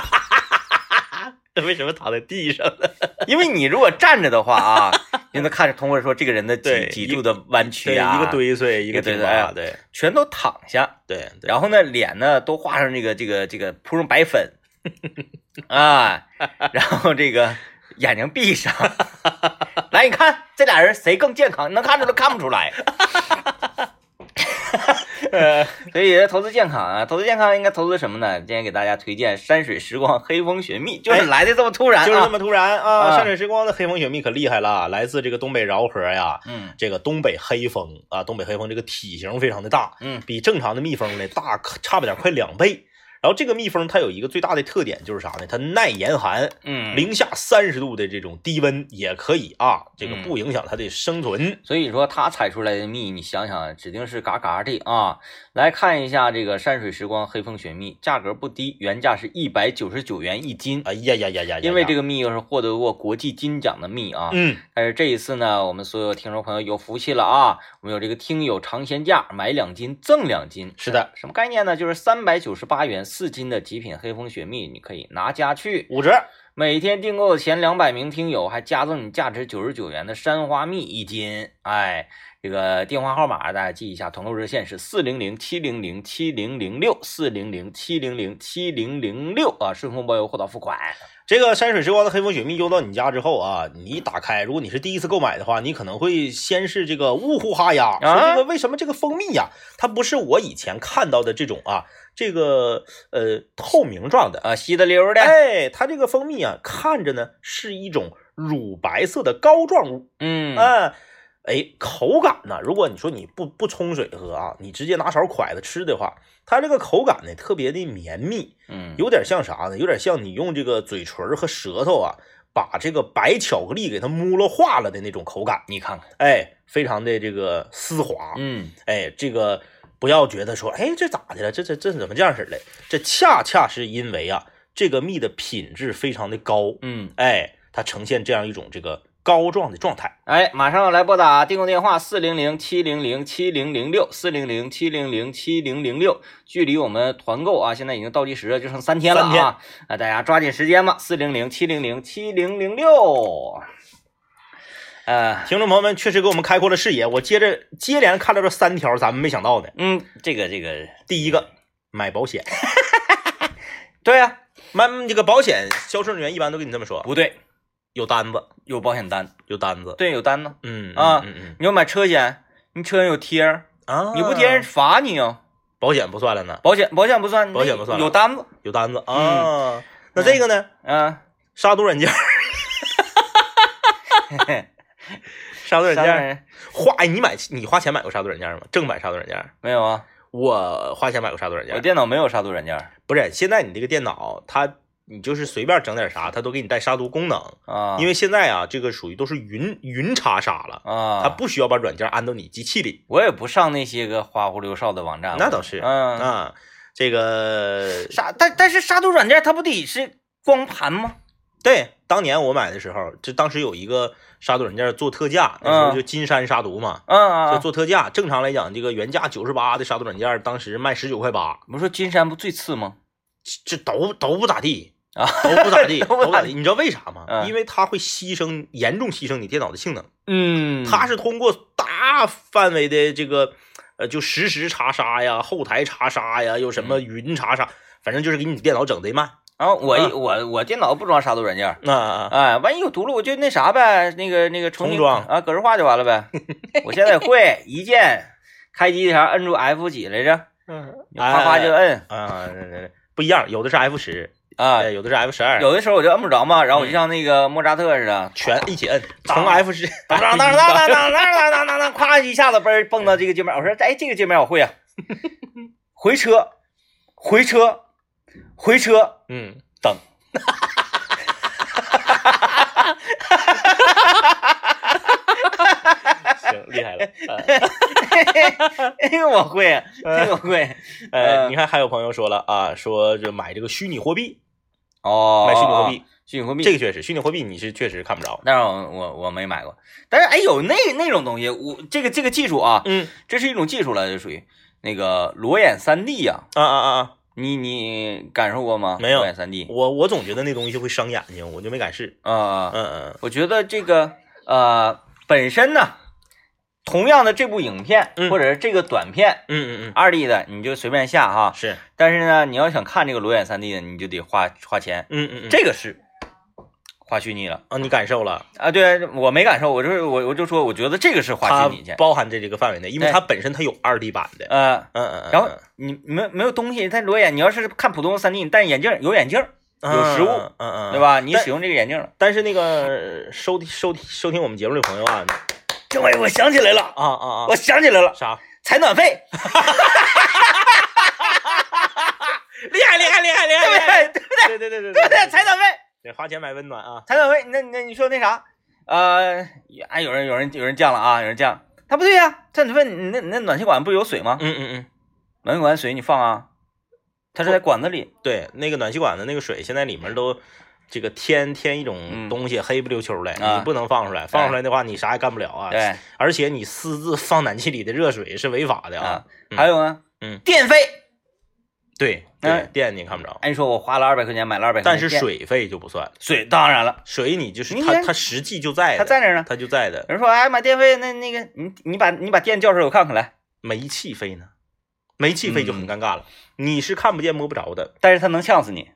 B: 这 <laughs> 为什么躺在地上呢？
A: 因为你如果站着的话
B: <laughs>
A: 啊，你能看着通过说这个人的脊
B: 对
A: 脊
B: 一
A: 柱的弯
B: 对，
A: 曲啊，
B: 一个堆碎，一
A: 一
B: 个
A: 个
B: 挺
A: 堆
B: 拔，
A: 碎哎
B: 对
A: 全都躺下，
B: 对对。
A: 然后呢，脸呢都画上这个这个这个铺上白
B: <laughs>
A: 粉，啊，然后这个眼睛闭
B: <laughs>
A: 上，来，
B: <laughs>
A: 你看这俩人谁更健康？能看出来看不出来？
B: 呃
A: 所以投资健康啊，投资健康应该投资什么呢？今天给大家推荐山水时光黑风雪蜜，就是来的这么突然、啊，
B: 哎就是这么突然
A: 啊
B: 啊！山水时光的黑风雪蜜可厉害了，啊来自这个东北饶河呀，
A: 嗯
B: 这个东北黑蜂啊，东北黑蜂这个体型非常的大，
A: 嗯
B: 比正常的蜜蜂呢大差不点快两倍。然后这个蜜蜂它有一个最大的特点就是啥呢？它耐严寒，
A: 嗯，
B: 零下三十度的这种低温也可以啊，这个
A: 嗯
B: 不影响它的生存。
A: 所以说它采出来的蜜，你想想，指定是嘎嘎的啊！来看一下这个山水时光黑风雪蜜，价格不低，原价是一百九十九元一斤。
B: 哎呀呀呀呀呀！
A: 因为这
B: 个，
A: 个蜜又是获得过国际金奖的蜜啊，
B: 嗯，
A: 但是这一次呢，我们所有听众朋友有福气了啊！我们有这个听友尝鲜价，买两斤赠两斤。
B: 是的，
A: 什么概念呢？就是三百九十八元四斤的极品黑蜂雪蜜，你可以拿家去。
B: 五折，
A: 每天订购前两百名听友还加赠你价值九十九元的山花蜜一斤。哎，这个电话号码大家记一下，团购热线是四零零七零零七零零六四零零七零零七零零六啊，顺丰包邮，货到付款。
B: 这个山水时光的黑蜂雪蜜邮到你家之后啊，你打开，如果你是第一次购买的话，你可能会先是这个呜呼哈呀，说
A: 啊
B: 这个为什么这个蜂蜜呀、它不是我以前看到的这种啊，这个呃透明状的，
A: 啊，稀的溜儿的，
B: 哎，它这个蜂蜜啊，看着呢是一种乳白色的膏状物，
A: 嗯，
B: 哎，哎，口感呢？如果你说你不不冲水喝啊，你直接拿勺蒯子吃的话，它这个口感呢特别的绵密，
A: 嗯，
B: 有点像啥呢？有点像你用这个嘴唇儿和舌头啊，把这个白巧克力给它摸了化了的那种口感，
A: 你看看，
B: 哎，非常的这个丝滑，
A: 嗯，
B: 哎，这个不要觉得说，哎，这咋的了？这这这怎么这样式儿的？这恰恰是因为啊，这个蜜的品质非常的高，
A: 嗯，
B: 哎，它呈现这样一种这个膏状的状态。
A: 哎，马上来拨打订购电话四零零七零零七零零六四零零七零零七零零六，距离我们团购啊，现在已经倒计时了，就剩三天了
B: 三天
A: 啊！啊，大家抓紧时间吧，四零零七零零七零零六。呃，
B: 听众朋友们确实给我们开阔了视野。我接着接连看到这三条，咱们没想到的。
A: 嗯，这个这个，
B: 第一个，买保
A: <laughs>
B: 险，
A: 对啊呀、
B: 买这个保险销售人员一般都跟你这么说，
A: 不对，
B: 有单子，
A: 有保险单，
B: 有单子。
A: 对，有单呢。
B: 嗯
A: 啊
B: 嗯
A: 你要买车险，你车上有贴儿，
B: 嗯啊，
A: 你不贴人罚你啊。
B: 保险不算了呢，
A: 保险保险不算，
B: 保险不算啊
A: 有单子，
B: 有单子啊。那这个呢？
A: 嗯、
B: 杀毒软件， <laughs> 杀毒软
A: 啥玩
B: 件，
A: 意儿
B: 花哎，你买你花钱买过杀毒软件吗？正版杀毒软件，
A: 没有啊？
B: 我花钱买过杀毒软
A: 我
B: 件，
A: 电脑没有杀毒软件儿
B: 不是现在你这个电脑它。你就是随便整点啥，它都给你带杀毒功能，
A: 啊，
B: 因为现在啊，这个属于都是云云查杀了，
A: 啊，
B: 它不需要把软件安到你机器里。
A: 我也不上那些个花呼溜哨的网站，
B: 那倒是
A: 嗯，
B: 啊，这个
A: 杀但但是杀毒软件它不得是光盘吗？
B: 对，当年我买的时候，就当时有一个杀毒软件做特价，那时候
A: 嗯
B: 就金山杀毒嘛，
A: 嗯
B: 就
A: 啊，
B: 做特价。正常来讲，这个原价九十八的杀毒软件，当时卖十九块八，
A: 不是说金山不最次吗？
B: 这这都都不咋地。
A: 啊，
B: 都不咋
A: <laughs>
B: 地，
A: 都
B: 都
A: 不咋地
B: 不咋地。你知道为啥吗？
A: 嗯
B: 因为它会牺牲，严重牺牲你电脑的性能。
A: 嗯
B: 它是通过大范围的这个，呃，就实时查杀呀、后台查杀呀，又什么云查杀，反正就是给你电脑整贼慢。
A: 然后我一
B: 嗯
A: 我我电脑不装杀毒软件，
B: 那、啊、
A: 哎，万一有毒了我就那啥呗，那个那个重新
B: 重装
A: 啊，格式化就完了
B: <laughs>
A: 呗。我现在也会一键开机前摁住 F 几来着，
B: 嗯，
A: 啪啪就摁
B: 啊，对对对不一样，有的是 F 十，
A: 啊。
B: 哎，有的嗯是 F 十二，
A: 有的时候我就摁不着嘛，然后我就像那个莫扎特似的，
B: 全一起摁，
A: 当
B: 从 F 十
A: <laughs> 当当当当当当当当当当，咵一下子嘣儿蹦到这个界面，我说哎，这个界面我会啊，回车，回车，回车，
B: 嗯，
A: 等，
B: <laughs> 行，厉害了。啊
A: <laughs> 这个我会啊，这个我会，
B: 呃，
A: 嗯
B: 你看还有朋友说了啊，说这买这个虚拟货币，
A: 哦
B: <laughs>
A: 嗯
B: 买虚拟货币，，
A: 虚拟货币
B: 这个确实，虚拟货币你是确实看不着。
A: 但是我我我没买过，但是哎有那那种东西，我这个这个技术啊，
B: 嗯，
A: 这是一种技术了，就属于那个裸眼三 D 呀、
B: 啊啊啊啊！
A: 你你感受过吗？
B: 没有
A: 裸眼三 D
B: 我我总觉得那东西会伤眼睛，我就没敢试。
A: 啊。
B: 嗯嗯
A: 我觉得这个呃本身呢，同样的这部影片、
B: 嗯
A: 或者是这个短片
B: 嗯嗯
A: 二 D 的，你就随便下哈
B: 嗯，。是，
A: 但是呢，你要想看这个裸眼三 D 的，你就得花花钱，
B: 嗯嗯嗯，
A: 这个是花虚拟了
B: 啊，你感受了，
A: 啊！对我没感受，我就是我我就说，我觉得这个是花
B: 它
A: 虚拟去，
B: 包含在这个范围内，因为
A: 对
B: 它本身它有二 D 版的，
A: 呃，
B: 嗯嗯嗯，
A: 然后你没有没有东西，它裸眼，你要是看普通三 D，你戴眼镜有眼镜，
B: 嗯
A: 有实物，
B: 嗯嗯嗯，
A: 对？吧？你
B: 但
A: 使用这个眼镜了。
B: 但是那个呃收听收听收听我们节目的朋友啊，
A: 政委，我想起来了，
B: 啊啊
A: 我想起来
B: 啊，
A: 了，
B: 啥？
A: 采暖费，
B: 厉害厉害厉害厉
A: 对不
B: 害！
A: 对？对不对？
B: 对对对对
A: 对不对？采暖费，
B: 对，花钱买温暖啊！
A: 采暖费，那那你说那啥，呃，哎，有人有人有人降了啊，有人降，他不对呀、采暖费，你那你那暖气管不有水吗？
B: 嗯嗯
A: 暖气管水你放啊，它是在管子里
B: 嗯，，对，那个暖气管的那个水，现在里面都这个添添一种
A: 嗯
B: 东西，黑不溜秋的，
A: 啊
B: 你不能放出来，放出来的话你啥也干不了啊！
A: 对
B: 而且你私自放暖气里的热水是违法的
A: 啊
B: 啊！。嗯
A: 还有呢，
B: 嗯
A: 电费，
B: 对
A: 哎
B: 对，电你也看不着，
A: 哎，你说我花了二百块钱买了二百，
B: 但是水费就不算，
A: 水当然了，
B: 水你就是
A: 你
B: 它
A: 看
B: 它实际就在的，
A: 它在那儿呢。
B: 它就在的。
A: 有人说，哎，买电费那那个，你你把你把电叫出来，我看看来。
B: 煤气费呢？煤气费就
A: 嗯
B: 很尴尬了，你是看不见摸不着的，
A: 但是它能呛死你，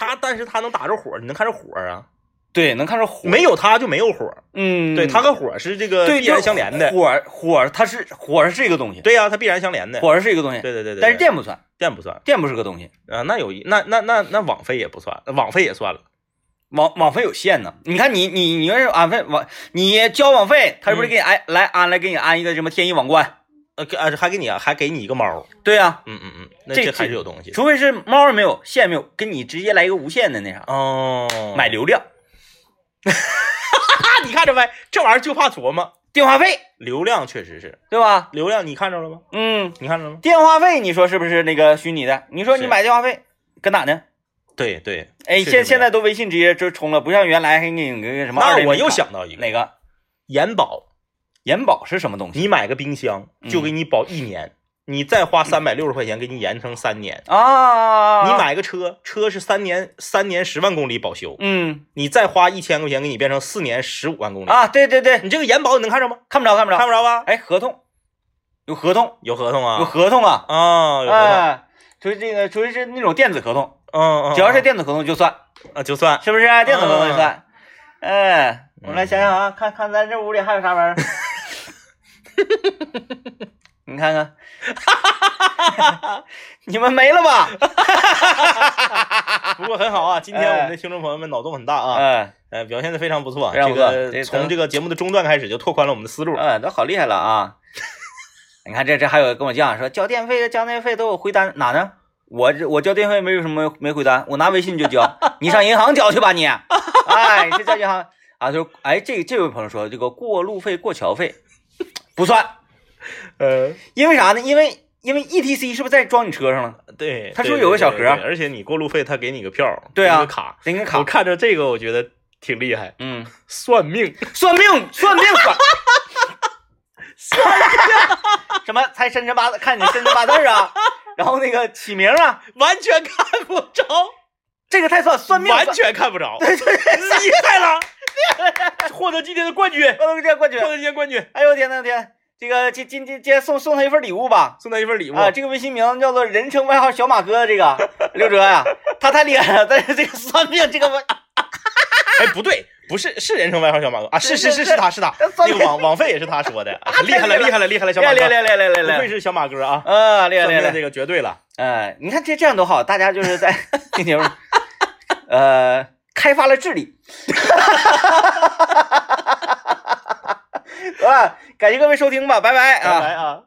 B: 它但是它能打着火，你能看着火啊？
A: 对，能看出火。
B: 没有它就没有火，
A: 嗯，
B: 对，它和火是这个
A: 对
B: 必然相连的。
A: 火火它是火是一个东西，
B: 对呀、啊它必然相连的。
A: 火是一个东西，
B: 对对对对。
A: 但是
B: 对
A: 电不算，
B: 电不算
A: 电不是个东西，
B: 啊，那有一那那那那网费也不算，网费也算了。
A: 网网费有限呢。你看你你你要是安费网，你交网费，他是不是给你安、来安来给你安一个什么天一网关？
B: 呃，给啊还给你啊，还给你一个猫。
A: 对呀、
B: 嗯嗯嗯，那
A: 这
B: 这还
A: 这
B: 是有东西的。
A: 除非是猫儿没有线没有，给你直接来一个无线的那啥，
B: 哦，
A: 买流量、
B: 那你看着呗，这玩意儿就怕琢磨。
A: 电话费，
B: 流量确实是
A: 对吧？
B: 流量，你看着了吗？
A: 嗯，
B: 你看着了吗？
A: 电话费你说是不是那个虚拟的？你说你
B: 是
A: 买电话费跟哪呢？
B: 对对，
A: 哎，
B: 是
A: 现
B: 是
A: 现在都微信直接就充了，不像原来还给你那个什么二
B: 那
A: 零。
B: 我又想到一个
A: 哪个？
B: 延保，
A: 延保是什么东西？
B: 你买个冰箱
A: 嗯
B: 就给你保一年，你再花三百六十块钱给你延成三年。
A: 啊，
B: 你，买个车，车是三年三年十万公里保修，
A: 嗯
B: 你再花一千块钱给你变成四年十五万公里。
A: 啊，对对对，
B: 你这个延保你能看着吗？
A: 看不着看不着
B: 看，不着吧？
A: 哎，合同有合同
B: 有合同
A: 有
B: 啊，
A: 合同啊，
B: 啊，有合同，
A: 哎，除非这个除非是那种电子合同，
B: 嗯嗯，
A: 只要是
B: 嗯
A: 电子合同就算，
B: 啊就算
A: 是不是？电子合同就算。
B: 嗯
A: 哎，我们来想想啊，看看咱这屋里还有啥玩意
B: <laughs>
A: 儿。你看看， <laughs> 你们没了吧？
B: 不过很好啊，今
A: 哎
B: 天我们的听众朋友们脑洞很大啊，
A: 嗯
B: 呃，表现的非常不错啊。
A: 非常
B: 这
A: 不错
B: 个
A: 这
B: 从这个节目的中段开始就拓宽了我们的思路。
A: 嗯，都好厉害了啊！你看这这还有跟我犟说交电费的交电费都有回单哪呢？我这我交电费没有什么没回单，我拿微信就交，你上银行交去吧你。哎，这交银行啊，就是哎这这位朋友说这个过路费过桥费不算，
B: 呃，
A: 因为啥呢？因为因为 E T C 是不是在装你车上了？
B: 对，
A: 他是不是
B: 对
A: 有个小
B: 对
A: 盒
B: 对
A: 儿
B: 对而且你过路费他给你个票儿，
A: 对啊
B: 给你个卡，
A: 那个
B: 我
A: 卡，
B: 看着这个我觉得挺厉害，
A: 嗯，
B: 算命，
A: 算命算命算。 <laughs> 什么猜生辰八字，看你生辰八字儿啊，然后那个起名啊，
B: <laughs> 完全看不着，
A: 这个太算算命算
B: 完全看不着，厉害了，获得今天的冠军，
A: 我都这冠军
B: 获。得今天冠军，
A: 哎呦我天呐我天，这个今今今今天送送他一份礼物吧。
B: 送他一份礼物。
A: 啊，这个微信名叫做人称外号小马哥，这个
B: <laughs>
A: 刘哲呀、他太厉害了，但是这个算命这个我
B: 哎，不对，不是是人称外号小马哥啊，是是是
A: 是
B: 是他是他，
A: 这算
B: 那个网网费也是他 <laughs> 说的，呃啊厉害了厉害了厉害了，小
A: 厉害
B: 马
A: 厉害
B: 哥，
A: 厉害厉害
B: 不
A: 厉害
B: 愧
A: 厉害！
B: 是小马哥啊，
A: 啊，厉害
B: 算
A: 厉害
B: 命的
A: 厉害！
B: 这个绝对了，
A: 哎，你看这这样多好，大家就是
B: <laughs>
A: 在听节目，呃，开发了智力。 <laughs> 啊，感谢各位收听吧，拜拜啊。
B: 拜拜啊。